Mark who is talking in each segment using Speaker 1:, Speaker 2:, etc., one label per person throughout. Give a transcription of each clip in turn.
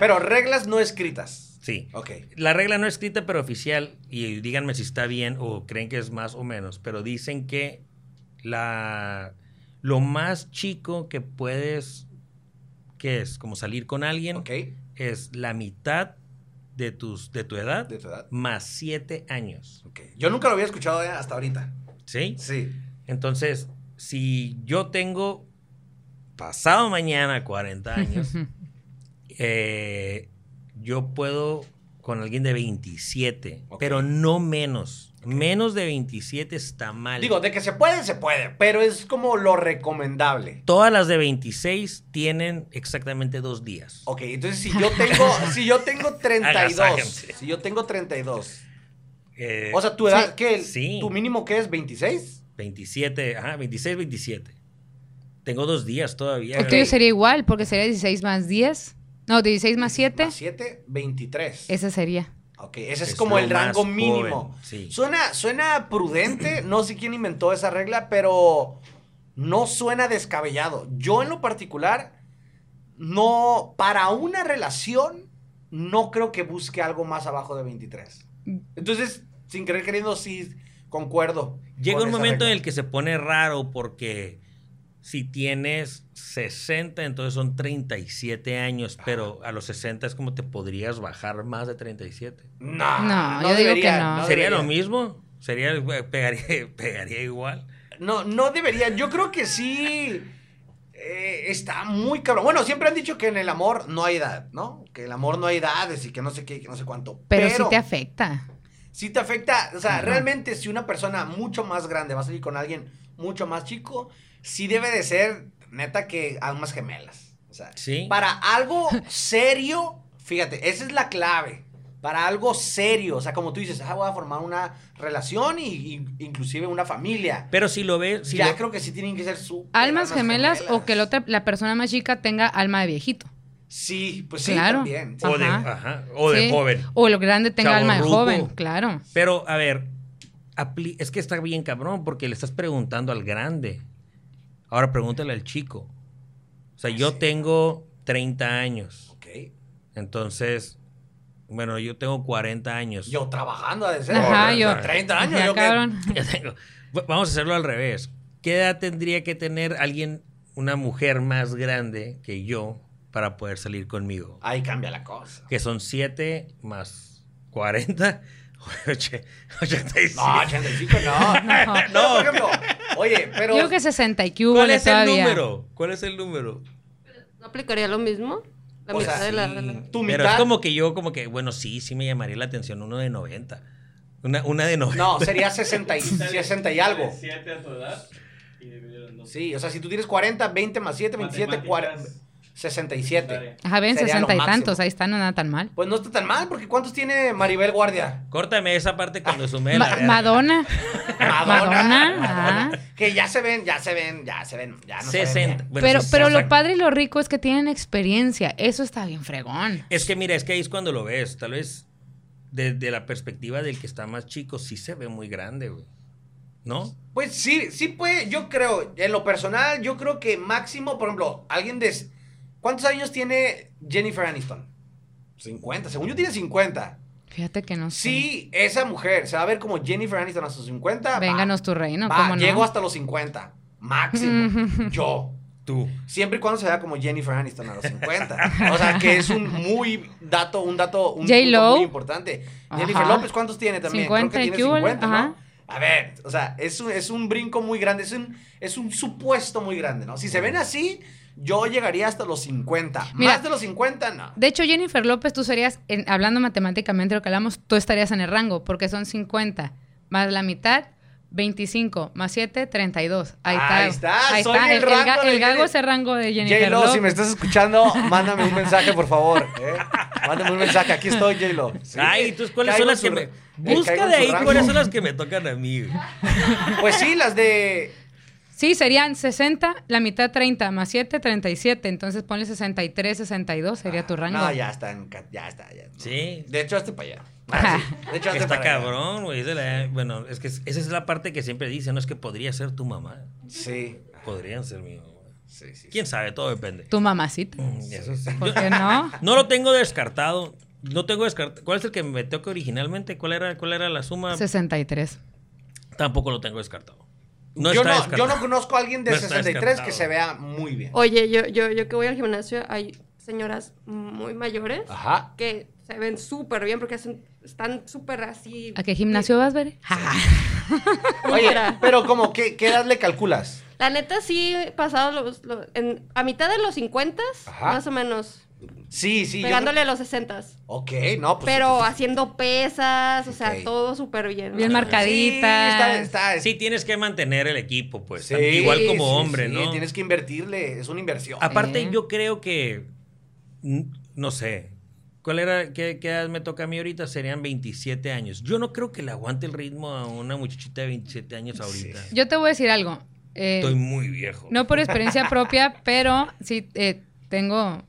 Speaker 1: Pero reglas no escritas.
Speaker 2: Sí.
Speaker 1: Ok.
Speaker 2: La regla no escrita pero oficial, y díganme si está bien o creen que es más o menos, pero dicen que la lo más chico que puedes, que es como salir con alguien,
Speaker 1: Ok.
Speaker 2: es la mitad de, tus, de tu edad
Speaker 1: De tu edad.
Speaker 2: más siete años.
Speaker 1: Ok. Yo nunca lo había escuchado eh, hasta ahorita.
Speaker 2: ¿Sí?
Speaker 1: Sí.
Speaker 2: Entonces, si yo tengo pasado mañana 40 años, eh, yo puedo con alguien de 27,
Speaker 1: Ok.
Speaker 2: pero no menos. Menos de 27 está mal.
Speaker 1: Digo, de que se puede, se puede, pero es como lo recomendable.
Speaker 2: Todas las de 26 tienen exactamente dos días.
Speaker 1: Ok, entonces si yo tengo, si yo tengo 32,
Speaker 2: Agasájense.
Speaker 1: si yo tengo 32,
Speaker 2: Eh,
Speaker 1: o sea, tu edad,
Speaker 2: sí,
Speaker 1: ¿qué?
Speaker 2: Sí,
Speaker 1: ¿Tu mínimo qué es? ¿26?
Speaker 2: 27, ajá, 26, 27. Tengo dos días todavía.
Speaker 1: Ok.
Speaker 3: El tuyo sería igual, porque sería 16 más 10. No, 16 más 7.
Speaker 1: 7, 23.
Speaker 3: Ese sería.
Speaker 1: Ok, ese es,
Speaker 2: Es
Speaker 1: como
Speaker 2: lo
Speaker 1: el rango
Speaker 2: más joven,
Speaker 1: mínimo.
Speaker 2: sí.
Speaker 1: Suena, suena prudente, no sé quién inventó esa regla, pero no suena descabellado. Yo en lo particular, no, para una relación, no creo que busque algo más abajo de 23. Entonces, sin querer queriendo, sí concuerdo.
Speaker 2: Llega
Speaker 1: con
Speaker 2: un
Speaker 1: esa
Speaker 2: momento en
Speaker 1: regla.
Speaker 2: el que se pone raro porque si tienes 60, entonces son 37
Speaker 1: Ah.
Speaker 2: años, pero a los 60 es como te podrías bajar más de 37.
Speaker 1: No,
Speaker 3: No, yo digo que no.
Speaker 2: ¿Sería
Speaker 3: No
Speaker 1: Ah, debería.
Speaker 2: lo mismo? ¿Sería, eh, pegaría, pegaría igual?
Speaker 1: No, no debería. Yo creo que sí. eh, está muy cabrón. Bueno, siempre han dicho que en el amor no hay edad, ¿no? Que el amor no hay edades y que no sé qué, que no sé cuánto.
Speaker 3: Pero, sí te afecta.
Speaker 1: sí te afecta. O sea, realmente si una persona mucho más grande va a salir con alguien mucho más chico, sí debe de ser, neta, que almas gemelas. O sea,
Speaker 2: Sí.
Speaker 1: para algo serio, fíjate, esa es la clave. Para algo serio. O sea, como tú dices, ah, voy a formar una relación y, y- inclusive una familia.
Speaker 2: Pero si lo ves... Si
Speaker 1: ya
Speaker 2: lo-
Speaker 1: creo que sí tienen que ser su
Speaker 3: Almas gemelas, o que la otra, la persona más chica tenga alma de viejito.
Speaker 1: Sí, pues sí,
Speaker 3: Claro.
Speaker 1: también.
Speaker 2: o de,
Speaker 3: Ajá.
Speaker 2: ajá, o de
Speaker 3: Sí.
Speaker 2: joven.
Speaker 3: O lo grande tenga
Speaker 2: Chavo
Speaker 3: alma de
Speaker 2: ruco.
Speaker 3: joven, claro.
Speaker 2: Pero, a ver, apli- es que está bien cabrón porque le estás preguntando al grande. Ahora pregúntale al chico. O sea, yo
Speaker 1: Ah, Sí.
Speaker 2: tengo 30 años.
Speaker 1: Ok.
Speaker 2: Entonces, bueno, yo tengo 40 años.
Speaker 1: Yo trabajando ha de ser.
Speaker 3: Ajá,
Speaker 1: Ahora,
Speaker 3: yo.
Speaker 1: 30 años,
Speaker 3: Ya,
Speaker 1: yo que-
Speaker 3: cabrón.
Speaker 2: Yo tengo- Va- Vamos a hacerlo al revés. ¿Qué edad tendría que tener alguien, una mujer más grande que yo, para poder salir conmigo?
Speaker 1: Ahí cambia la cosa.
Speaker 2: Que son 7 más 40, oche- 85.
Speaker 1: No, 85 no. No, por
Speaker 3: No.
Speaker 1: ejemplo, oye, pero.
Speaker 3: Yo creo que 60 y que hubo
Speaker 2: ¿Cuál es el
Speaker 3: todavía.
Speaker 2: número? ¿Cuál es el número?
Speaker 4: ¿No aplicaría lo mismo? La
Speaker 1: O sea,
Speaker 4: mitad de la
Speaker 2: sí,
Speaker 4: relación.
Speaker 1: Tu
Speaker 2: Pero
Speaker 1: mitad-
Speaker 2: es como que yo, como que, bueno, sí, sí me llamaría la atención uno de 90. Una, una de 90.
Speaker 1: No, sería 60 y, 60 y algo.
Speaker 5: 7 a tu edad y dividirlo en dos.
Speaker 1: Sí, o sea, si tú tienes 40, 20 más 7, 27, 40,
Speaker 5: Matemáticas.
Speaker 1: 67.
Speaker 3: Ajá, ven,
Speaker 1: Sería lo
Speaker 3: 60 y
Speaker 1: máximo.
Speaker 3: tantos, ahí está, no nada tan mal.
Speaker 1: Pues no está tan mal, porque ¿cuántos tiene Maribel Guardia?
Speaker 2: Córtame esa parte cuando sumé
Speaker 3: Ma-
Speaker 2: la verga.
Speaker 3: Madonna.
Speaker 1: Madonna.
Speaker 3: Madonna, ajá.
Speaker 1: Que ya se ven, ya se ven, ya se ven, ya Ah, no se ven.
Speaker 2: 60.
Speaker 1: bien.
Speaker 2: Bueno,
Speaker 3: pero
Speaker 2: pues sí,
Speaker 3: pero
Speaker 2: o sea,
Speaker 3: lo padre y lo rico es que tienen experiencia. Eso está bien fregón.
Speaker 2: Es que mira, es que ahí es cuando lo ves. Tal vez desde la perspectiva del que está más chico, sí se ve muy grande, güey. ¿No?
Speaker 1: Pues sí, sí puede, yo creo, en lo personal, yo creo que máximo, por ejemplo, alguien de... ¿Cuántos años tiene Jennifer Aniston? 50, según yo tiene 50.
Speaker 3: Fíjate que no sé.
Speaker 1: Si esa mujer se va a ver como Jennifer Aniston a sus 50, va,
Speaker 3: Vénganos tu reino,
Speaker 1: va,
Speaker 3: ¿cómo no?
Speaker 1: llego hasta los 50, máximo, yo.
Speaker 2: Tú.
Speaker 1: Siempre y cuando se vea como Jennifer Aniston a los 50. O sea, que es un muy dato, un dato, un
Speaker 3: J.
Speaker 1: punto
Speaker 3: Lo.
Speaker 1: muy importante. Jennifer
Speaker 3: Ajá.
Speaker 1: López, ¿cuántos tiene también?
Speaker 3: 50
Speaker 1: Creo que
Speaker 3: y qué
Speaker 1: tiene
Speaker 3: hubo,
Speaker 1: 50,
Speaker 3: ajá.
Speaker 1: ¿no? A ver, o sea, es un, es un brinco muy grande, es un, es un supuesto muy grande, ¿no? Si se ven así, yo llegaría hasta los 50.
Speaker 3: Mira.
Speaker 1: Más de los 50, no.
Speaker 3: De hecho, Jennifer López, tú serías, en- hablando matemáticamente lo que hablamos, tú estarías en el rango, porque son 50 más la mitad, 25 más 7, 32. Ahí está.
Speaker 1: Ahí está, soy el
Speaker 3: El, el ga-
Speaker 1: rango de
Speaker 3: el gago
Speaker 1: Jenny-
Speaker 3: es el rango de Jennifer
Speaker 1: J-Lo, si me
Speaker 3: López.
Speaker 1: estás escuchando, mándame un mensaje, por favor. ¿eh? Mándame un mensaje, aquí estoy, J-Lo. Sí,
Speaker 2: Ay, ¿tú cuáles
Speaker 1: caigo
Speaker 2: son
Speaker 1: en
Speaker 2: las
Speaker 1: su
Speaker 2: que me.
Speaker 1: ra- eh, caigo
Speaker 2: Busca
Speaker 1: en
Speaker 2: de
Speaker 1: su
Speaker 2: ahí
Speaker 1: rango.
Speaker 2: cuáles son las que me tocan a mí, güey.
Speaker 1: Pues sí, las de...
Speaker 3: Sí, serían 60, la mitad 30 más 7, 37. Entonces ponle 63, 62 sería tu rango.
Speaker 1: Ah, No, ya está, en ca- ya está. Ya.
Speaker 2: Sí.
Speaker 1: De hecho, hazte para allá. Ah, sí. De hecho, hazte
Speaker 2: Está
Speaker 1: para allá.
Speaker 2: cabrón, güey. es de la- Bueno, es que es- esa es la parte que siempre dicen, no es que podría ser tu mamá.
Speaker 1: Sí.
Speaker 2: Podrían ser mi mamá.
Speaker 1: Sí, sí.
Speaker 2: Quién sabe, todo depende. Mm,
Speaker 3: Tu mamacita.
Speaker 2: Eso sí. Yo-
Speaker 3: ¿Por qué no?
Speaker 2: no lo tengo descartado. No tengo descartado. ¿Cuál es el que me toca originalmente? ¿Cuál era, cuál era la suma?
Speaker 3: 63.
Speaker 2: Tampoco lo tengo descartado. No
Speaker 1: yo,
Speaker 2: está
Speaker 1: no,
Speaker 2: descartado.
Speaker 1: yo no conozco a alguien de
Speaker 2: No está
Speaker 1: 63 que
Speaker 2: descartado.
Speaker 1: se vea muy bien.
Speaker 4: Oye, yo, yo, yo que voy al gimnasio, hay señoras muy mayores
Speaker 1: Ajá.
Speaker 4: que se ven súper bien porque hacen- están súper así.
Speaker 3: ¿A qué gimnasio vas, Bere?
Speaker 1: Oye,
Speaker 4: Ultra.
Speaker 1: pero como, ¿qué, qué edad le calculas?
Speaker 4: La neta sí, pasado los, los- en- a mitad de los 50,
Speaker 1: Ajá.
Speaker 4: más o menos,
Speaker 1: Sí, sí. yo
Speaker 4: pegándole a los 60.
Speaker 1: creo- Ok, no, pues.
Speaker 4: pero
Speaker 1: entonces-
Speaker 4: haciendo pesas, o sea,
Speaker 1: Ok.
Speaker 4: todo súper bien.
Speaker 3: Bien marcado. marcadita.
Speaker 1: Sí, está, está-
Speaker 2: Sí, tienes que mantener el equipo, pues.
Speaker 1: sí,
Speaker 2: Igual como
Speaker 1: sí,
Speaker 2: hombre,
Speaker 1: sí,
Speaker 2: ¿no?
Speaker 1: Tienes que invertirle, es una inversión.
Speaker 2: Aparte,
Speaker 3: Eh.
Speaker 2: yo creo que. n- No sé. ¿Cuál era? ¿Qué, qué edad me toca a mí ahorita? Serían 27 años. Yo no creo que le aguante el ritmo a una muchachita de 27 años ahorita.
Speaker 3: Yo te voy a decir algo. Eh,
Speaker 2: Estoy muy viejo.
Speaker 3: No por experiencia propia, pero sí eh, tengo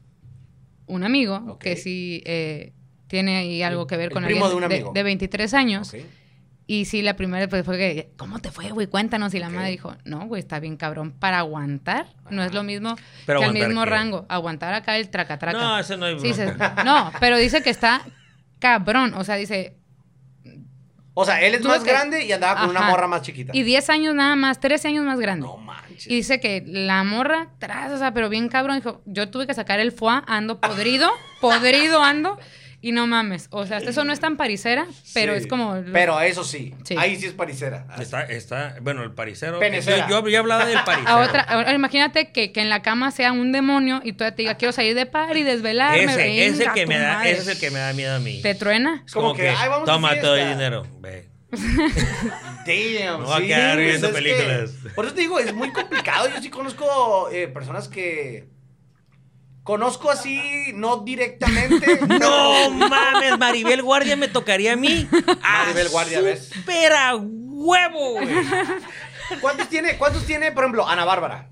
Speaker 3: un amigo
Speaker 1: Ok.
Speaker 3: que sí eh, tiene ahí algo que ver
Speaker 1: El
Speaker 3: con
Speaker 1: primo
Speaker 3: alguien
Speaker 1: de un amigo.
Speaker 3: de 23 años.
Speaker 1: Ok.
Speaker 3: Y sí, la primera pues, fue que, ¿cómo te fue, güey? Cuéntanos. Y la
Speaker 1: Ok.
Speaker 3: madre dijo, no, güey, está bien cabrón para aguantar. No es
Speaker 1: Ajá.
Speaker 3: lo mismo
Speaker 2: Pero
Speaker 3: que al
Speaker 2: aguantar
Speaker 3: mismo
Speaker 2: qué?
Speaker 3: rango. Aguantar acá el tracatraca.
Speaker 2: No, eso no hay
Speaker 3: Sí, se-
Speaker 2: bronca.
Speaker 3: no, pero dice que está cabrón. O sea, dice,
Speaker 1: O sea, él es
Speaker 3: Tú
Speaker 1: más
Speaker 3: ves que-
Speaker 1: grande y andaba con una
Speaker 3: Ajá.
Speaker 1: morra más chiquita.
Speaker 3: y 10 años nada más, 13 años más grande.
Speaker 1: No manches.
Speaker 3: Y dice que la morra, tras, o sea, pero bien cabrón, dijo, yo tuve que sacar el foie, ando podrido, podrido ando, y no mames. O sea, hasta eso no es tan paricera, pero
Speaker 1: Sí.
Speaker 3: es como... lo-
Speaker 1: Pero eso sí,
Speaker 3: Sí.
Speaker 1: ahí sí es paricera.
Speaker 2: Está, está, bueno, el paricero.
Speaker 1: Penecera.
Speaker 2: Yo, yo- yo hablaba del paricero.
Speaker 3: A otra, ahora imagínate que, que en la cama sea un demonio y tú te diga, quiero salir de par y desvelarme.
Speaker 2: Ese, ese,
Speaker 3: ah, venga,
Speaker 2: que
Speaker 3: tu
Speaker 2: me da,
Speaker 3: madre.
Speaker 2: ese es el que me da miedo a mí.
Speaker 3: ¿Te truena?
Speaker 2: Es como,
Speaker 1: Como que,
Speaker 2: que,
Speaker 1: "Ay, vamos de
Speaker 2: toma todo el
Speaker 1: fiesta".
Speaker 2: dinero. Ve.
Speaker 1: Damn,
Speaker 2: Me voy a
Speaker 1: sí,
Speaker 2: quedar
Speaker 1: pues,
Speaker 2: viendo
Speaker 1: es que-
Speaker 2: películas.
Speaker 1: por eso te digo, es muy complicado. Yo sí conozco eh, personas que. Conozco así, no directamente.
Speaker 2: No
Speaker 1: pero-
Speaker 2: mames, Maribel Guardia me tocaría a mí.
Speaker 1: Maribel Guardia, ¿ves?
Speaker 2: Espera, huevo. güey.
Speaker 1: ¿Cuántos tiene, ¿Cuántos tiene, por ejemplo, Ana Bárbara?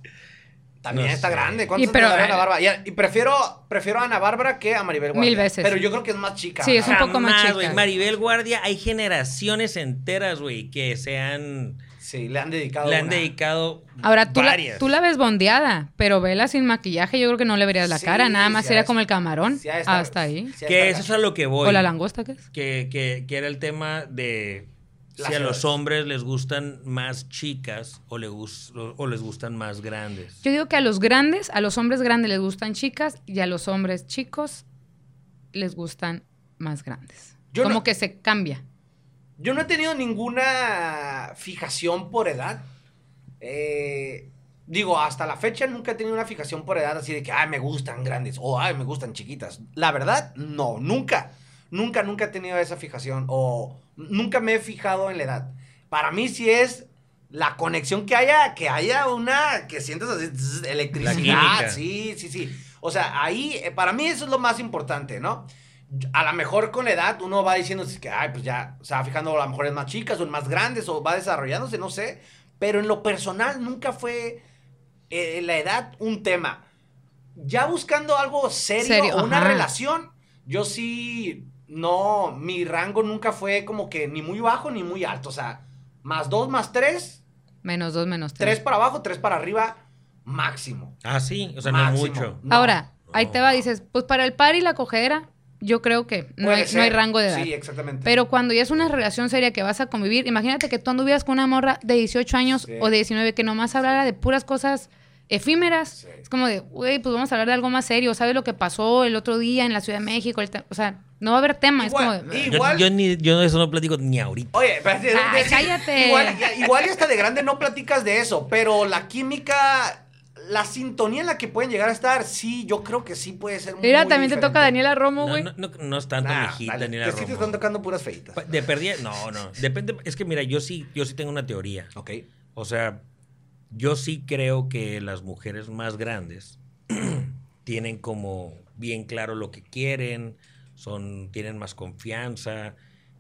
Speaker 1: También
Speaker 2: No
Speaker 1: está
Speaker 2: sé.
Speaker 1: grande. ¿Cuántos
Speaker 3: Y pero- eh,
Speaker 1: tendrá Ana Bárbara? Y, y prefiero, prefiero a Ana Bárbara que a Maribel Guardia.
Speaker 3: Mil veces.
Speaker 1: Pero yo creo que es más chica.
Speaker 3: Sí, es un
Speaker 1: Ana-
Speaker 3: poco más
Speaker 2: Jamás,
Speaker 3: chica.
Speaker 2: güey. Maribel Guardia, hay generaciones enteras, güey, que se han,
Speaker 1: Sí, le han dedicado.
Speaker 2: le han
Speaker 1: una.
Speaker 2: dedicado
Speaker 3: Ahora, tú la,
Speaker 2: varias.
Speaker 3: tú la ves bondeada, pero vela sin maquillaje, yo creo que no le verías la
Speaker 1: Sí,
Speaker 3: cara, nada más
Speaker 1: sí,
Speaker 3: era
Speaker 1: es-
Speaker 3: como el camarón,
Speaker 1: Sí, ha de estar-
Speaker 3: hasta ahí.
Speaker 1: sí, ha de
Speaker 2: Que
Speaker 1: estar
Speaker 2: eso es a lo que voy.
Speaker 3: O la langosta, ¿qué es?
Speaker 2: que, que- que era el tema de
Speaker 1: Las
Speaker 2: si a los
Speaker 1: edades.
Speaker 2: hombres les gustan más chicas o, le gus- o- o les gustan más grandes.
Speaker 3: Yo digo que a los grandes, a los hombres grandes les gustan chicas y a los hombres chicos les gustan más grandes.
Speaker 1: Yo
Speaker 3: Como
Speaker 1: no-
Speaker 3: que se cambia.
Speaker 1: Yo no he tenido ninguna fijación por edad. Eh, digo, hasta la fecha nunca he tenido una fijación por edad así de que, ay, me gustan grandes o ay, me gustan chiquitas. La verdad, no, nunca. Nunca, nunca he tenido esa fijación o nunca me he fijado en la edad. Para mí sí es la conexión que haya, que haya una, que sientas así, zzz, electricidad,
Speaker 2: química.
Speaker 1: sí, sí, sí. O sea, ahí, eh, para mí eso es lo más importante, ¿no? a lo mejor con la edad uno va diciendo "Es que, ay, pues ya, se va fijando a lo mejor en más chicas o en más grandes o va desarrollándose, no sé. Pero en lo personal nunca fue eh, la edad un tema. Ya buscando algo serio,
Speaker 3: Serio,
Speaker 1: o una
Speaker 3: ajá.
Speaker 1: relación, yo sí, no, mi rango nunca fue como que ni muy bajo ni muy alto. O sea, más dos, más tres,
Speaker 3: Menos dos, menos
Speaker 1: tres
Speaker 3: tres.
Speaker 1: para abajo, tres para arriba, máximo.
Speaker 2: Ah, sí, o sea,
Speaker 1: Máximo.
Speaker 2: no mucho.
Speaker 1: No.
Speaker 3: Ahora, ahí te va,
Speaker 2: No.
Speaker 3: dices, pues para el par y la cogedera, yo creo que no,
Speaker 1: Puede
Speaker 3: hay, no
Speaker 1: ser.
Speaker 3: hay rango de edad.
Speaker 1: Sí, exactamente.
Speaker 3: Pero cuando ya es una relación seria que vas a convivir, imagínate que tú anduvieras con una morra de 18 años
Speaker 1: Sí.
Speaker 3: o de 19 que nomás hablara de puras cosas efímeras.
Speaker 1: Sí.
Speaker 3: Es como de, güey, pues vamos a hablar de algo más serio. ¿Sabes lo que pasó el otro día en la Ciudad de México? El te- O sea, no va a haber tema.
Speaker 1: Igual-
Speaker 3: es como de,
Speaker 1: y-
Speaker 2: Yo,
Speaker 1: Igual-
Speaker 2: yo ni, yo eso no platico ni ahorita.
Speaker 1: Oye, pero es- es
Speaker 3: Ay,
Speaker 1: decir,
Speaker 3: Ah, cállate.
Speaker 1: Igual, igual y hasta de grande no platicas de eso, pero la química, la sintonía en la que pueden llegar a estar, sí, yo creo que sí puede ser muy
Speaker 3: Mira, también te
Speaker 1: diferente.
Speaker 3: toca Daniela Romo,
Speaker 2: No,
Speaker 3: güey.
Speaker 2: no, no, no es tanto
Speaker 1: Nah,
Speaker 2: mi hijita
Speaker 1: dale,
Speaker 2: ni la
Speaker 1: es que te están
Speaker 2: Roma.
Speaker 1: tocando puras feitas.
Speaker 2: Pa- De perdida, no, no. Depende, es que mira, yo sí, yo sí tengo una teoría.
Speaker 1: Ok.
Speaker 2: O sea, yo sí creo que las mujeres más grandes tienen como bien claro lo que quieren, son, tienen más confianza.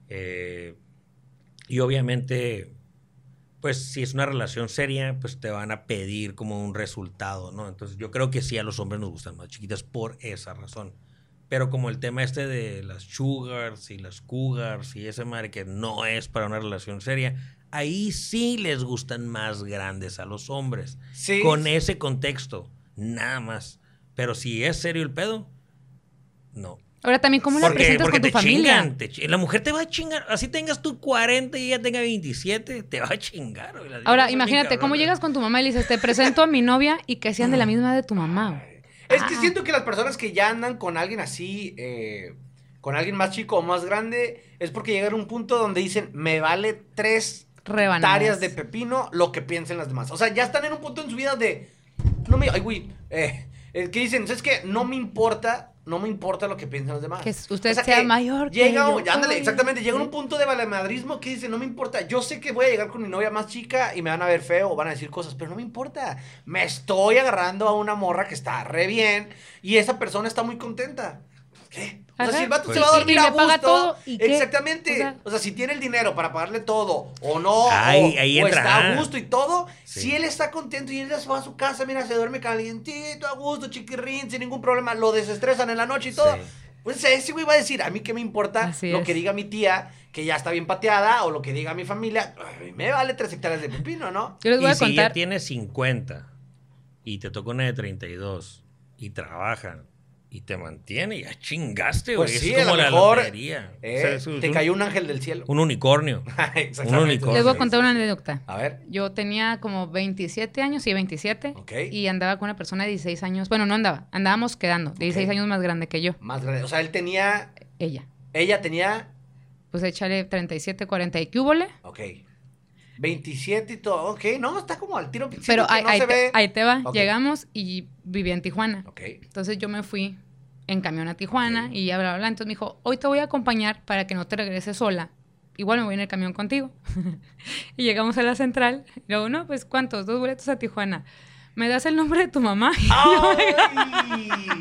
Speaker 2: eh, y obviamente, pues si es una relación seria, pues te van a pedir como un resultado, ¿no? Entonces yo creo que sí a los hombres nos gustan más chiquitas por esa razón. Pero como el tema este de las sugars y las cougars y ese madre que no es para una relación seria, ahí sí les gustan más grandes a los hombres.
Speaker 1: Sí.
Speaker 2: Con ese contexto. nada más. Pero si es serio el pedo, no.
Speaker 3: Ahora también, ¿cómo la presentas con tu
Speaker 2: te
Speaker 3: familia?
Speaker 2: chingan. te chi- la mujer te va a chingar. Así tengas tú 40 y ella tenga 27, te va a chingar. güey. Las viejas son
Speaker 3: Ahora,
Speaker 2: bien
Speaker 3: imagínate, ¿cómo
Speaker 2: cabronas.
Speaker 3: llegas con tu mamá y le dices, te presento a mi novia y que sean de la misma edad de tu mamá?
Speaker 1: Es que
Speaker 3: Ah.
Speaker 1: siento que las personas que ya andan con alguien así, eh, con alguien más chico o más grande, es porque llegan a un punto donde dicen, me vale tres
Speaker 3: Rebanadas.
Speaker 1: hectáreas de pepino lo que piensen las demás. O sea, ya están en un punto en su vida de, no me, ay, güey, eh, eh, que dicen, es que no me importa, no me importa lo que piensen los demás.
Speaker 3: Que s- usted
Speaker 1: O sea,
Speaker 3: sea
Speaker 1: que
Speaker 3: mayor que
Speaker 1: Llega,
Speaker 3: yo.
Speaker 1: un- ándale,
Speaker 3: Ay,
Speaker 1: exactamente, llega
Speaker 3: sí.
Speaker 1: un punto de valemadrismo que dice, no me importa, yo sé que voy a llegar con mi novia más chica y me van a ver feo o van a decir cosas, pero no me importa. Me estoy agarrando a una morra que está re bien y esa persona está muy contenta. ¿Qué? O sea,
Speaker 3: Ajá.
Speaker 1: si el vato
Speaker 2: Pues
Speaker 1: se va a
Speaker 2: sí.
Speaker 1: dormir
Speaker 3: Y
Speaker 1: a
Speaker 3: le paga
Speaker 1: gusto,
Speaker 3: todo, ¿y qué?
Speaker 1: Exactamente.
Speaker 3: O
Speaker 1: O sea,
Speaker 3: sea-
Speaker 1: si tiene el dinero para pagarle todo o no,
Speaker 2: Ahí-
Speaker 1: o,
Speaker 2: ahí
Speaker 1: o
Speaker 2: entra,
Speaker 1: está a
Speaker 2: ah.
Speaker 1: gusto y todo,
Speaker 2: Sí.
Speaker 1: si él está contento y él ya se va a su casa, mira, se duerme calientito, a gusto, chiquirrín, sin ningún problema, lo desestresan en la noche y todo.
Speaker 2: Sí.
Speaker 1: Pues ese güey va a decir, a mí qué me importa
Speaker 3: Así
Speaker 1: lo
Speaker 3: es.
Speaker 1: que diga mi tía, que ya está bien pateada, o lo que diga mi familia, ay, me vale tres hectáreas de pepino, ¿no?
Speaker 3: Yo les voy
Speaker 2: y
Speaker 3: a
Speaker 2: si ya
Speaker 3: contar.
Speaker 2: tienes 50 y te toca una de 32 y trabajan y te mantiene, ya chingaste,
Speaker 1: Pues
Speaker 2: güey.
Speaker 1: sí,
Speaker 2: es
Speaker 1: a
Speaker 2: como
Speaker 1: lo
Speaker 2: la
Speaker 1: mejor,
Speaker 2: lotería.
Speaker 1: Eh,
Speaker 2: O sea, es un-
Speaker 1: te cayó un ángel del cielo.
Speaker 2: un unicornio.
Speaker 1: Exactamente.
Speaker 2: un unicornio.
Speaker 3: Les voy a contar una anécdota.
Speaker 1: A ver,
Speaker 3: Yo tenía como 27 años, sí, 27.
Speaker 1: Ok.
Speaker 3: Y andaba con una persona de 16 años. Bueno, no andaba, andábamos quedando. de 16 años más grande que yo,
Speaker 1: más grande. O sea, él tenía,
Speaker 3: ella.
Speaker 1: ella tenía,
Speaker 3: Pues échale 37, 40 y qué húbole.
Speaker 1: ok, 27 y todo, ok, no, está como al tiro. pichito,
Speaker 3: Pero
Speaker 1: que
Speaker 3: ahí,
Speaker 1: no
Speaker 3: ahí
Speaker 1: se
Speaker 3: te,
Speaker 1: ve.
Speaker 3: ahí te va.
Speaker 1: Ok.
Speaker 3: Llegamos y vivía en Tijuana.
Speaker 1: Ok,
Speaker 3: Entonces yo me fui en camión a Tijuana
Speaker 1: Ok.
Speaker 3: y ya bla, bla, bla. Entonces me dijo, hoy te voy a acompañar para que no te regreses sola. Igual me voy en el camión contigo. y llegamos a la central. Y luego, no, pues ¿cuántos? Dos boletos a Tijuana. ¿Me das el nombre de tu mamá? Y yo,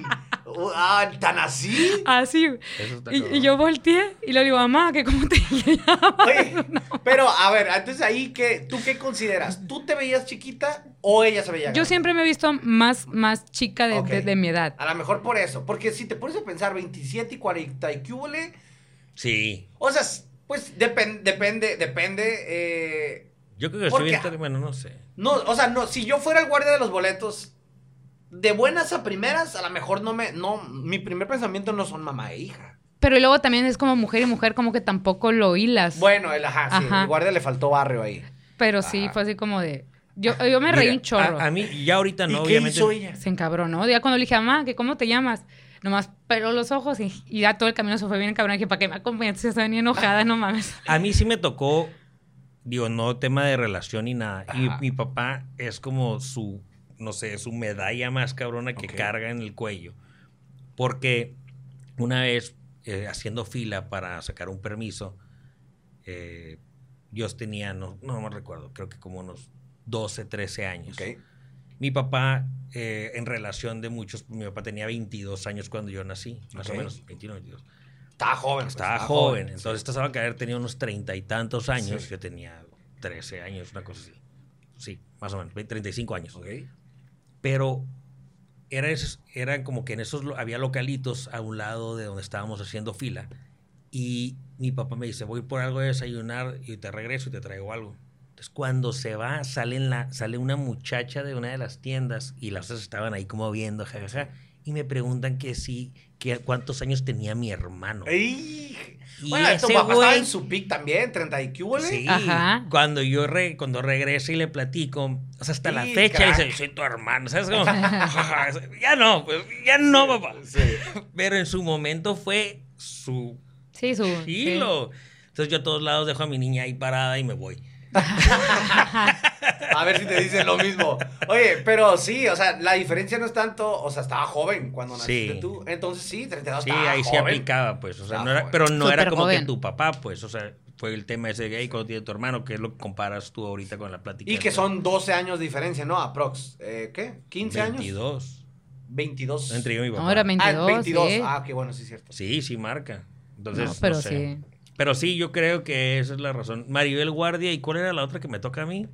Speaker 1: ¡Ay! Ah, ¿Tan así?
Speaker 3: Así.
Speaker 2: Eso está
Speaker 3: Y,
Speaker 2: cabrón.
Speaker 3: y yo volteé y le digo, mamá, que cómo te llamas?
Speaker 1: Oye, pero a ver, antes ahí, ¿qué, ¿tú qué consideras? ¿Tú te veías chiquita o ella se veía
Speaker 3: Yo
Speaker 1: grande?
Speaker 3: siempre me he visto más, más chica de,
Speaker 1: Ok.
Speaker 3: de- de mi edad.
Speaker 1: A lo mejor por eso. Porque si te pones a pensar 27 y 40 y qué hubole,
Speaker 2: Sí.
Speaker 1: o sea, s- pues depen- depende, depende. eh,
Speaker 2: Yo creo que
Speaker 1: ¿Por
Speaker 2: estoy bien.
Speaker 1: qué?
Speaker 2: ter- Bueno, no sé.
Speaker 1: no, o sea, no, si yo fuera el guardia de los boletos, de buenas a primeras, a lo mejor no me, no, mi primer pensamiento no son mamá e hija.
Speaker 3: Pero luego también es como mujer y mujer, como que tampoco lo hilas.
Speaker 1: Bueno, el ajá, sí,
Speaker 3: Ajá.
Speaker 1: el guardia le faltó barrio ahí.
Speaker 3: Pero sí,
Speaker 1: Ajá.
Speaker 3: fue así como de... Yo, yo me reí
Speaker 2: Ah. Mira,
Speaker 3: un chorro.
Speaker 2: A, a mí, ya ahorita no,
Speaker 1: ¿Y qué
Speaker 2: obviamente.
Speaker 1: hizo ella?
Speaker 3: Se encabronó. Ya cuando le dije, mamá, que ¿cómo te llamas? Nomás peló los ojos y, y ya todo el camino se fue bien encabrón. Dije, ¿para qué me acompañaste? Se venía enojada, no mames.
Speaker 2: A mí sí me tocó, digo, no tema de relación ni nada. Y
Speaker 1: Ajá.
Speaker 2: mi papá es como su, no sé, su medalla más cabrona que
Speaker 1: Ok.
Speaker 2: carga en el cuello. Porque una vez eh, haciendo fila para sacar un permiso, eh, yo tenía, no, no me recuerdo, creo que como unos 12, 13 años. Mi papá, eh, en relación de muchos, mi papá tenía 22 años cuando yo nací, más
Speaker 1: Ok.
Speaker 2: o menos, 21, 22.
Speaker 1: Estaba joven. pues,
Speaker 2: Estaba joven, entonces esta estaba que haber tenido unos treinta y tantos años.
Speaker 1: Sí.
Speaker 2: Yo tenía 13 años, una cosa así. Sí, más o menos, 20, 35 años.
Speaker 1: Ok.
Speaker 2: Pero era esos- eran como que en esos lo- había localitos a un lado de donde estábamos haciendo fila. Y mi papá me dice, voy por algo de desayunar y te regreso y te traigo algo. Entonces cuando se va, sale, en la, sale una muchacha de una de las tiendas y las otras estaban ahí como viendo, jajaja. Y me preguntan que sí, que cuántos años tenía mi hermano.
Speaker 1: Ey.
Speaker 2: Y
Speaker 1: Bueno, tu
Speaker 2: ese
Speaker 1: papá estaba
Speaker 2: güey-
Speaker 1: en su pic también, 30 y qué hubole.
Speaker 2: Sí,
Speaker 3: Ajá.
Speaker 2: cuando yo re- cuando regrese y le platico, o sea, hasta la
Speaker 1: Sí,
Speaker 2: fecha,
Speaker 1: crack.
Speaker 2: dice, soy tu hermano, ¿sabes cómo? ya no, pues, ya no, papá. Pero en su momento fue su
Speaker 3: Sí, su... sí.
Speaker 2: hilo. Entonces yo a todos lados dejo a mi niña ahí parada y me voy.
Speaker 1: A ver si te dicen lo mismo. Oye, pero sí, o sea, la diferencia no es tanto, o sea, estaba joven cuando naciste
Speaker 2: Sí.
Speaker 1: tú. Entonces sí, 32
Speaker 2: Sí,
Speaker 1: estaba
Speaker 2: ahí se
Speaker 1: joven.
Speaker 2: aplicaba, pues, o sea,
Speaker 1: Estaba
Speaker 2: no era-
Speaker 1: joven.
Speaker 2: pero no era
Speaker 3: Súper
Speaker 2: como
Speaker 3: joven.
Speaker 2: que tu papá, pues, o sea, fue el tema ese de ahí cuando tiene tu hermano, que es lo que comparas tú ahorita con la plática.
Speaker 1: Y que son 12 años de diferencia, ¿no? Aprox. Eh, ¿Qué? ¿15 años?
Speaker 2: 22.
Speaker 1: 22.
Speaker 2: Entre yo y mi papá.
Speaker 3: No, era
Speaker 1: Ah,
Speaker 3: 22,
Speaker 1: 22.
Speaker 3: sí.
Speaker 1: Ah, qué bueno, sí, es cierto.
Speaker 2: Sí, sí marca. Entonces,
Speaker 3: No, pero
Speaker 2: no sé.
Speaker 3: sí.
Speaker 2: Pero sí, yo creo que esa es la razón. Maribel Guardia, ¿y cuál era la otra que me toca a mí?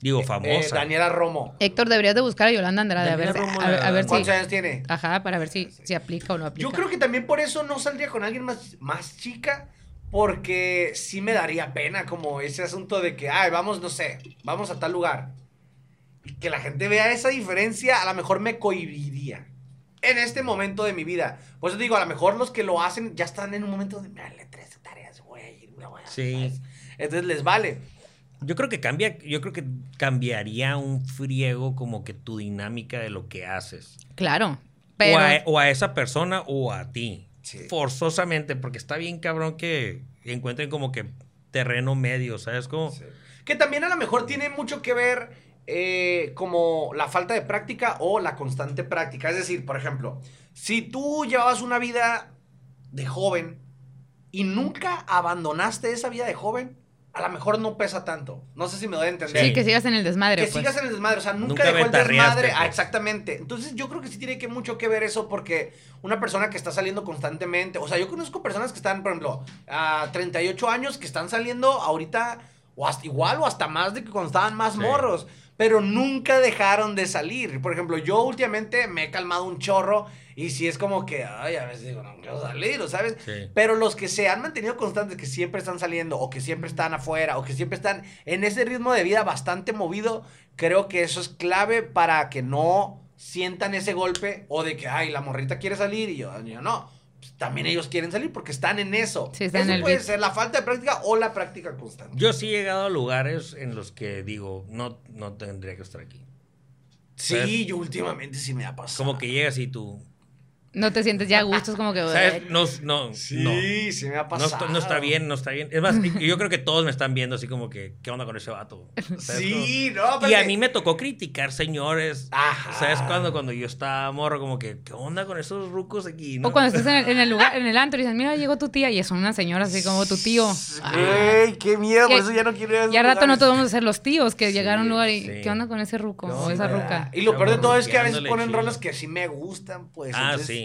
Speaker 2: Digo, famosa.
Speaker 1: Eh, Daniela Romo.
Speaker 3: Héctor, deberías de buscar a Yolanda Andrade a ver,
Speaker 2: Daniela
Speaker 3: si-
Speaker 2: Romo
Speaker 3: a, ver- a ver si...
Speaker 1: ¿Cuántos años tiene?
Speaker 3: Ajá, para ver si, si aplica o no aplica.
Speaker 1: Yo creo que también por eso no saldría con alguien más, más chica, porque sí me daría pena como ese asunto de que, ay, vamos, no sé, vamos a tal lugar. que la gente vea esa diferencia, a lo mejor me cohibiría. En este momento de mi vida. Por eso te digo, a lo mejor los que lo hacen ya están en un momento de, dale tres hectáreas, güey. me voy a-
Speaker 2: Sí.
Speaker 1: Entonces les vale.
Speaker 2: Yo creo que cambia, yo creo que cambiaría un friego como que tu dinámica de lo que haces.
Speaker 3: Claro.
Speaker 2: O
Speaker 3: Pero
Speaker 2: a, o a esa persona o a ti.
Speaker 1: Sí.
Speaker 2: Forzosamente, porque está bien cabrón que encuentren como que terreno medio, ¿sabes? Como,
Speaker 1: Sí. Que también a lo mejor tiene mucho que ver eh, como la falta de práctica o la constante práctica. Es decir, por ejemplo, si tú llevabas una vida de joven y nunca abandonaste esa vida de joven, a lo mejor no pesa tanto. No sé si me doy a entender.
Speaker 3: sí, que sigas en el desmadre.
Speaker 1: Que
Speaker 3: pues.
Speaker 1: sigas en el desmadre, o sea, nunca,
Speaker 2: Nunca
Speaker 1: dejó el
Speaker 2: betarreaste,
Speaker 1: desmadre. Ah,
Speaker 2: pues.
Speaker 1: exactamente. Entonces, yo creo que sí tiene que mucho que ver eso porque una persona que está saliendo constantemente, o sea, yo conozco personas que están, por ejemplo, a 38 años que están saliendo ahorita o hasta igual o hasta más de que cuando estaban más
Speaker 2: Sí.
Speaker 1: morros, pero nunca dejaron de salir. Por ejemplo, yo últimamente me he calmado un chorro y sí es como que, ay, a veces digo, no quiero salir, ¿o ¿sabes?
Speaker 2: Sí.
Speaker 1: Pero los que se han mantenido constantes, que siempre están saliendo, o que siempre están afuera, o que siempre están en ese ritmo de vida bastante movido, creo que eso es clave para que no sientan ese golpe o de que, ay, la morrita quiere salir y yo, yo no. Pues, también ellos quieren salir porque están en eso.
Speaker 3: Sí, están en
Speaker 1: Eso
Speaker 3: el
Speaker 1: puede
Speaker 3: beat.
Speaker 1: ser la falta de práctica o la práctica constante.
Speaker 2: Yo sí he llegado a lugares en los que digo, no, no tendría que estar aquí.
Speaker 1: sí,
Speaker 2: Pues-
Speaker 1: yo últimamente sí me ha pasado.
Speaker 2: Como que llegas y tú,
Speaker 3: No te sientes ya a gusto, es como que. eh,
Speaker 2: ¿sabes? No, no,
Speaker 1: Sí,
Speaker 2: no.
Speaker 1: sí me ha
Speaker 2: No
Speaker 1: pasado.
Speaker 2: está, no está bien, no está bien. Es más, yo creo que todos me están viendo así como que, ¿qué onda con ese vato? ¿Sabes?
Speaker 1: Sí, no,
Speaker 2: Como- Y
Speaker 1: aparte-
Speaker 2: a mí me tocó criticar, señores.
Speaker 1: Ajá.
Speaker 2: ¿Sabes cuando Cuando yo estaba morro, como que, ¿qué onda con esos rucos aquí? no?
Speaker 3: O cuando estás en el, en el lugar, en el antro y dices, mira, llegó tu tía y es una señora así como tu tío. Ay,
Speaker 1: Güey, qué miedo, por
Speaker 3: Ya-
Speaker 1: eso ya no quiero ir a esos
Speaker 3: y al rato no
Speaker 1: lugares.
Speaker 3: todos vamos a ser los tíos que
Speaker 2: Sí,
Speaker 3: llegaron a un lugar y
Speaker 2: sí.
Speaker 3: ¿qué onda con ese ruco
Speaker 1: No,
Speaker 3: o
Speaker 1: sí,
Speaker 3: esa
Speaker 1: ¿verdad?
Speaker 3: ruca?
Speaker 1: Ah, Y lo peor de todo es que a veces
Speaker 2: Chamorroteándole
Speaker 1: ponen
Speaker 2: chido.
Speaker 1: rolas que sí me gustan, pues.
Speaker 2: Ah,
Speaker 1: entonces-
Speaker 2: sí.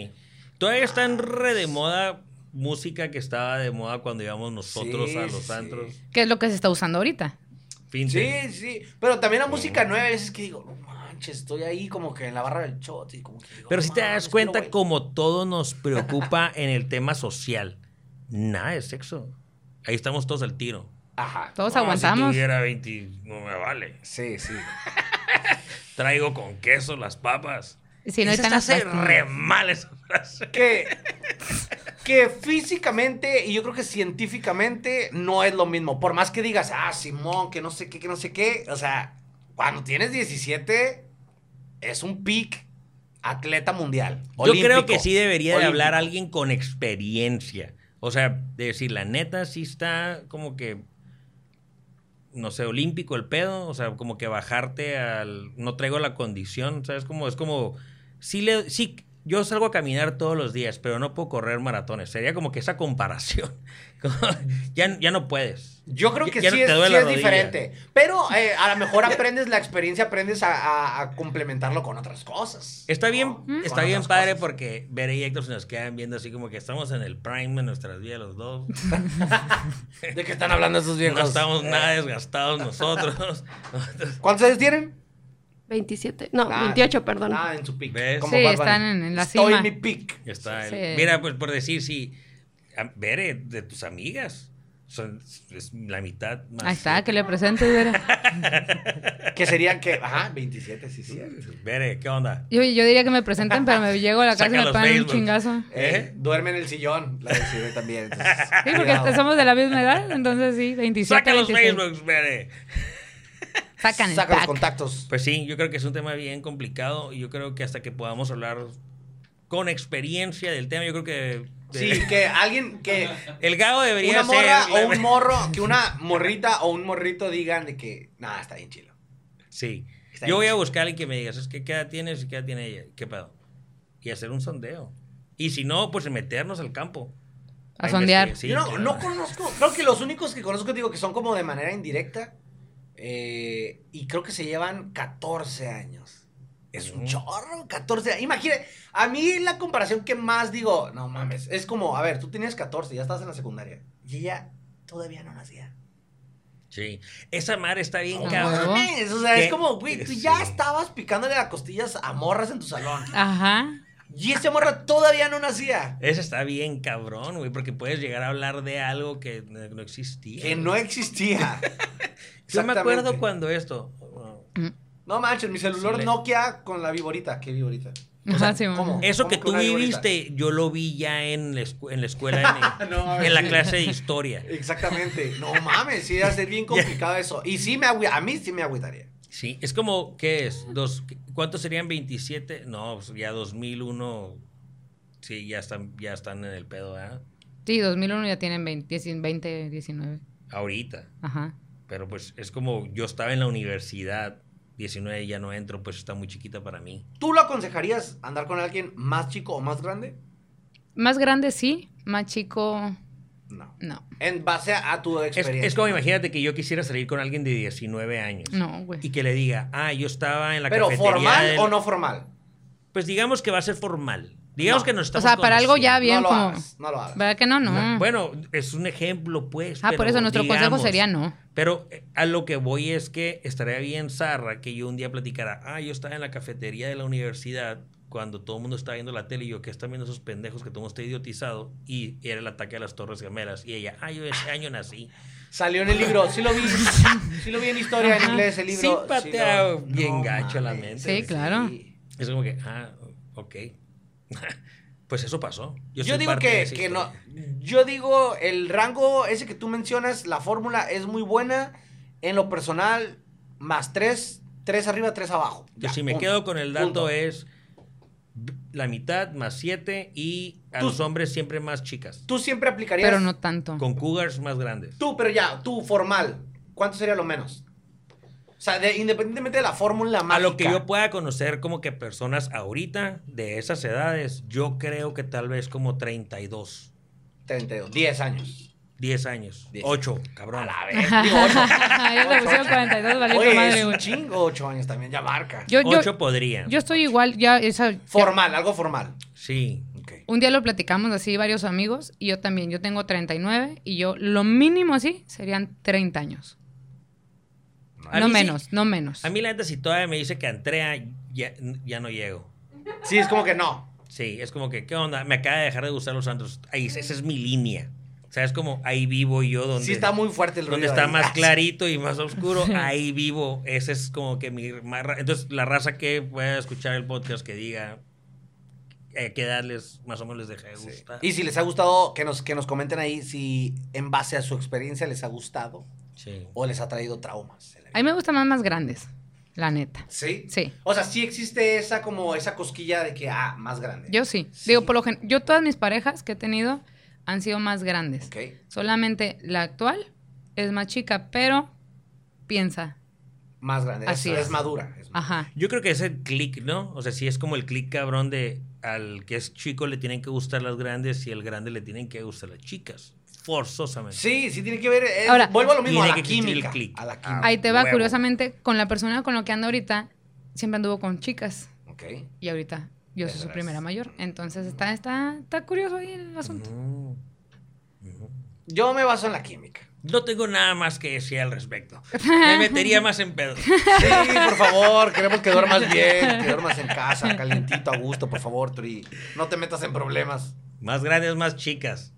Speaker 2: Todavía
Speaker 1: Ah,
Speaker 2: están re de moda música que estaba de moda cuando íbamos nosotros
Speaker 1: Sí,
Speaker 2: a
Speaker 1: sí,
Speaker 2: los
Speaker 1: sí.
Speaker 2: antros.
Speaker 3: Que es lo que se está usando ahorita.
Speaker 2: Finte.
Speaker 1: Sí, sí. Pero también la música nueva, a veces que digo, no manches, estoy ahí como que en la barra del shot y como que digo,
Speaker 2: Pero
Speaker 1: no
Speaker 2: si te
Speaker 1: mames,
Speaker 2: das
Speaker 1: quiero
Speaker 2: cuenta
Speaker 1: bailar.
Speaker 2: como todo nos preocupa en el tema social. Nada de sexo. Ahí estamos todos al tiro.
Speaker 1: Ajá.
Speaker 3: Todos
Speaker 2: Ah, Si
Speaker 3: aguantamos.
Speaker 2: tuviera 20, no me vale.
Speaker 1: Sí, sí.
Speaker 2: Traigo con queso las papas.
Speaker 3: Si no
Speaker 2: Esa
Speaker 3: están
Speaker 2: está
Speaker 3: las
Speaker 2: hace
Speaker 3: pastillas.
Speaker 2: re mal esa frase.
Speaker 1: Que, que físicamente y yo creo que científicamente no es lo mismo. Por más que digas, ah, Simón, que no sé qué, que no sé qué. O sea, cuando tienes 17, es un pick atleta mundial.
Speaker 2: Yo creo que
Speaker 1: olímpico,
Speaker 2: sí debería de hablar
Speaker 1: olímpico.
Speaker 2: alguien con experiencia. O sea, de decir, la neta sí está como que, no sé, olímpico el pedo. O sea, como que bajarte al... No traigo la condición, ¿sabes? Como, es como... Sí, le, sí, yo salgo a caminar todos los días, pero no puedo correr maratones. Sería como que esa comparación. Como, ya, ya no puedes.
Speaker 1: Yo creo que
Speaker 2: Ya no
Speaker 1: sí,
Speaker 2: te
Speaker 1: es,
Speaker 2: duele
Speaker 1: sí
Speaker 2: la
Speaker 1: es
Speaker 2: rodilla.
Speaker 1: diferente. Pero eh, a lo mejor aprendes la experiencia, aprendes a, a- a complementarlo con otras cosas.
Speaker 2: Está
Speaker 1: ¿no?
Speaker 2: bien,
Speaker 1: Con
Speaker 2: está bien
Speaker 1: otras
Speaker 2: padre
Speaker 1: cosas.
Speaker 2: porque Bere y Héctor se nos quedan viendo así como que estamos en el prime de nuestras vidas los dos.
Speaker 1: ¿De qué están hablando esos viejos?
Speaker 2: No estamos
Speaker 3: eh.
Speaker 2: nada desgastados nosotros. Nosotros-
Speaker 1: ¿Cuántos años tienen?
Speaker 4: 27, no,
Speaker 1: Ah,
Speaker 4: 28, perdón.
Speaker 1: Nada, en su pick.
Speaker 2: ¿Ves?
Speaker 1: Como
Speaker 3: Sí,
Speaker 1: Bad Bunny.
Speaker 3: están en- en la
Speaker 1: Estoy
Speaker 3: cima.
Speaker 1: en mi pick.
Speaker 2: Está el-
Speaker 3: Sí.
Speaker 2: Mira, pues por decir, sí, a- Bere, de tus amigas, son, es la mitad más.
Speaker 3: Ahí está, que le presentes, Vera.
Speaker 1: Que serían que, ajá, 27, sí, sí.
Speaker 2: Bere, ¿qué onda?
Speaker 3: Yo, yo diría que me presenten, pero me llego a la casa y
Speaker 2: Saca
Speaker 3: me
Speaker 2: los
Speaker 3: ponen un
Speaker 2: Facebook.
Speaker 3: chingazo.
Speaker 1: Eh, duerme en el sillón, la decide también. entonces,
Speaker 3: Sí, porque
Speaker 1: cuidado.
Speaker 3: somos de la misma edad, entonces sí, 27,
Speaker 2: Saca los
Speaker 3: 26.
Speaker 2: Facebooks, Bere.
Speaker 3: Sacan el
Speaker 1: Saca los
Speaker 3: pack.
Speaker 1: contactos.
Speaker 2: Pues sí, yo creo que es un tema bien complicado y yo creo que hasta que podamos hablar con experiencia del tema, yo creo que... de-
Speaker 1: Sí, que alguien que
Speaker 2: El Gabo
Speaker 1: una
Speaker 2: debería
Speaker 1: morra
Speaker 2: ser...
Speaker 1: o un morro, que una morrita o un morrito digan de que, nada, está bien chilo.
Speaker 2: Sí.
Speaker 1: Está
Speaker 2: Yo voy
Speaker 1: bien.
Speaker 2: a buscar a alguien que me diga, ¿sabes qué, ¿Qué edad tienes y qué edad tiene ella? ¿Qué pedo? Y hacer un sondeo. Y si no, pues meternos al campo.
Speaker 3: A sondear.
Speaker 2: investigar. Sí,
Speaker 1: Yo no, no
Speaker 2: claro.
Speaker 1: conozco, creo que los únicos que conozco, digo, que son como de manera indirecta, eh, y creo que se llevan 14 años. Es un
Speaker 2: Mm.
Speaker 1: chorro, 14 años. Imagínate, a mí la comparación que más digo, no mames, es como, a ver, tú tenías 14, ya estabas en la secundaria, y ella todavía no nacía.
Speaker 2: Sí. Esa madre está bien
Speaker 1: No
Speaker 2: cabrón.
Speaker 3: huevo.
Speaker 1: mames, o sea,
Speaker 2: ¿Qué?
Speaker 1: es como, güey, tú
Speaker 2: Sí.
Speaker 1: ya estabas picándole las costillas a morras en tu salón,
Speaker 3: Ajá.
Speaker 1: y esa morra todavía no nacía.
Speaker 2: Esa está bien cabrón, güey, porque puedes llegar a hablar de algo que no no existía.
Speaker 1: Que no existía.
Speaker 2: Yo me acuerdo
Speaker 1: Exactamente.
Speaker 2: cuando esto.
Speaker 1: No manches, mi celular
Speaker 2: Sí, le-
Speaker 1: Nokia con la viborita. ¿Qué viborita?
Speaker 3: Ajá, sí, mamá.
Speaker 2: Eso que
Speaker 1: ¿Cómo
Speaker 2: tú
Speaker 1: una viborita?
Speaker 2: viviste, yo lo vi ya en la, escu- en la escuela, en,
Speaker 1: No,
Speaker 2: en la
Speaker 1: sí.
Speaker 2: clase de historia.
Speaker 1: Exactamente. No mames, sí, va a ser bien complicado eso. Y sí, me agü- a mí sí me agüitaría.
Speaker 2: Sí, es como, ¿qué es? Dos, ¿Cuántos serían 27? No, pues ya 2001, sí, ya están, ya están en el pedo, ¿verdad?
Speaker 3: Sí, 2001 ya tienen 20, 20 19.
Speaker 2: Ahorita.
Speaker 3: Ajá.
Speaker 2: Pero pues es como yo estaba en la universidad, 19 ya no entro, pues está muy chiquita para mí.
Speaker 1: ¿Tú lo aconsejarías andar con alguien más chico o más grande?
Speaker 3: Más grande sí, más chico
Speaker 1: No.
Speaker 3: no.
Speaker 1: En base a, a tu
Speaker 2: Es,
Speaker 1: experiencia.
Speaker 2: es como imagínate que yo quisiera salir con alguien de 19 años
Speaker 3: No, güey.
Speaker 2: y que le diga, ah, yo estaba en la
Speaker 1: Pero
Speaker 2: cafetería
Speaker 1: formal
Speaker 2: del-
Speaker 1: o no formal.
Speaker 2: Pues digamos que va a ser formal. Digamos
Speaker 1: No.
Speaker 2: que nos
Speaker 3: O
Speaker 2: estamos
Speaker 3: sea, para algo ya
Speaker 2: conociendo.
Speaker 3: bien
Speaker 1: no lo
Speaker 3: como...
Speaker 1: hagas. No lo hagas.
Speaker 3: ¿Verdad que no? No.
Speaker 2: No, Bueno, es un ejemplo, pues.
Speaker 3: ah, por
Speaker 2: pero
Speaker 3: eso nuestro consejo
Speaker 2: digamos-
Speaker 3: sería no.
Speaker 2: Pero eh, a lo que voy es que estaría bien zarra que yo un día platicara, ah, yo estaba en la cafetería de la universidad cuando todo el mundo estaba viendo la tele y yo, que están viendo esos pendejos que todo el mundo está idiotizado? Y era el ataque a las Torres Gemelas. Y ella, ah, yo ese año nací.
Speaker 1: Salió en el libro, sí lo vi. Sí lo vi en historia en
Speaker 3: Ajá.
Speaker 1: inglés, el libro.
Speaker 2: Sí,
Speaker 1: lo-
Speaker 2: patea bien gacho la mente.
Speaker 3: Sí, claro.
Speaker 2: Es como que, ah, ok. pues eso pasó.
Speaker 1: Yo,
Speaker 2: soy
Speaker 1: digo
Speaker 2: parte de
Speaker 1: que,
Speaker 2: esa
Speaker 1: que no.
Speaker 2: historia.
Speaker 1: Yo digo, el rango ese que tú mencionas, la fórmula es muy buena. En lo personal, más tres, tres arriba, tres abajo. Ya,
Speaker 2: Entonces, si me
Speaker 1: punto.
Speaker 2: quedo con el dato
Speaker 1: Punto.
Speaker 2: es la mitad más siete y a
Speaker 1: Tú-
Speaker 2: los hombres siempre más chicas.
Speaker 1: Tú siempre aplicarías.
Speaker 3: Pero no tanto.
Speaker 2: Con cougars más grandes.
Speaker 1: Tú, pero ya, tú, formal. ¿Cuánto sería lo menos? O sea, de- independientemente de la fórmula mágica.
Speaker 2: A lo que yo pueda conocer como que personas ahorita de esas edades, yo creo que tal vez como 32,
Speaker 1: 32, 10 años.
Speaker 2: 10 años,
Speaker 1: Diez.
Speaker 2: 8, cabrón.
Speaker 1: Digo, ocho.
Speaker 3: Yo le pusieron 42, valiendo
Speaker 1: Oye,
Speaker 3: madre,
Speaker 1: es un
Speaker 3: güey.
Speaker 1: chingo 8 años también, ya marca.
Speaker 3: Yo, yo,
Speaker 2: 8 podría.
Speaker 3: yo estoy igual, ya, esa, ya-
Speaker 1: Formal, algo formal.
Speaker 2: Sí.
Speaker 3: un día lo platicamos así varios amigos y yo también, yo tengo 39 y yo lo mínimo así serían 30 años.
Speaker 2: A
Speaker 3: no
Speaker 2: mí sí.
Speaker 3: menos, no menos.
Speaker 2: A mí la neta si todavía me dice que Andrea ya, ya no llego.
Speaker 1: Sí, es como que no.
Speaker 2: Sí, es como que, ¿qué onda? Me acaba de dejar de gustar los antros. Ahí, esa es mi línea. O sea, es como ahí vivo yo donde...
Speaker 1: Sí está muy fuerte el ruido.
Speaker 2: donde está
Speaker 1: ahí.
Speaker 2: más clarito y más oscuro, ahí vivo. Ese es como que mi... más ra- Entonces, la raza que pueda escuchar el podcast que diga eh, qué edad les más o menos les deja de
Speaker 1: Sí.
Speaker 2: gustar.
Speaker 1: Y si les ha gustado, que nos, que nos comenten ahí si en base a su experiencia les ha gustado
Speaker 2: Sí.
Speaker 1: o les ha traído traumas. en la vida.
Speaker 3: A mí me gustan más más grandes, la neta.
Speaker 1: ¿Sí?
Speaker 3: Sí.
Speaker 1: O sea, sí existe esa como esa cosquilla de que, ah, más grande.
Speaker 3: Yo sí.
Speaker 1: Sí.
Speaker 3: Digo, por lo gen- yo todas mis parejas que he tenido han sido más grandes.
Speaker 1: Ok.
Speaker 3: Solamente la actual es más chica, pero piensa.
Speaker 1: Más grande.
Speaker 3: Así
Speaker 1: es,
Speaker 3: es.
Speaker 1: es madura. es madura.
Speaker 3: Ajá.
Speaker 2: Yo creo que es el click, ¿no? O sea, sí es como el click cabrón de al que es chico le tienen que gustar las grandes y al grande le tienen que gustar las chicas. Forzosamente.
Speaker 1: Sí, sí tiene que ver. es-
Speaker 3: Ahora-
Speaker 1: vuelvo a lo mismo, a
Speaker 2: Tiene
Speaker 1: la,
Speaker 2: que existir el
Speaker 1: química,
Speaker 2: click.
Speaker 1: a la
Speaker 2: Ah.
Speaker 1: química.
Speaker 3: Ahí te va,
Speaker 2: huevo.
Speaker 3: curiosamente, con la persona con la que ando ahorita, siempre anduvo con chicas.
Speaker 1: Ok.
Speaker 3: Y ahorita yo soy
Speaker 1: Eso
Speaker 3: su
Speaker 1: es.
Speaker 3: primera mayor. Entonces está, está, está curioso ahí el asunto.
Speaker 2: Mm. Mm.
Speaker 1: Yo me baso en la química.
Speaker 2: No tengo nada más que decir al respecto. Me metería más en pedo.
Speaker 1: Sí, por favor, queremos que duermas bien, que duermas en casa, calientito, a gusto, por favor, Tri. No te metas en problemas.
Speaker 2: Más grandes, más chicas.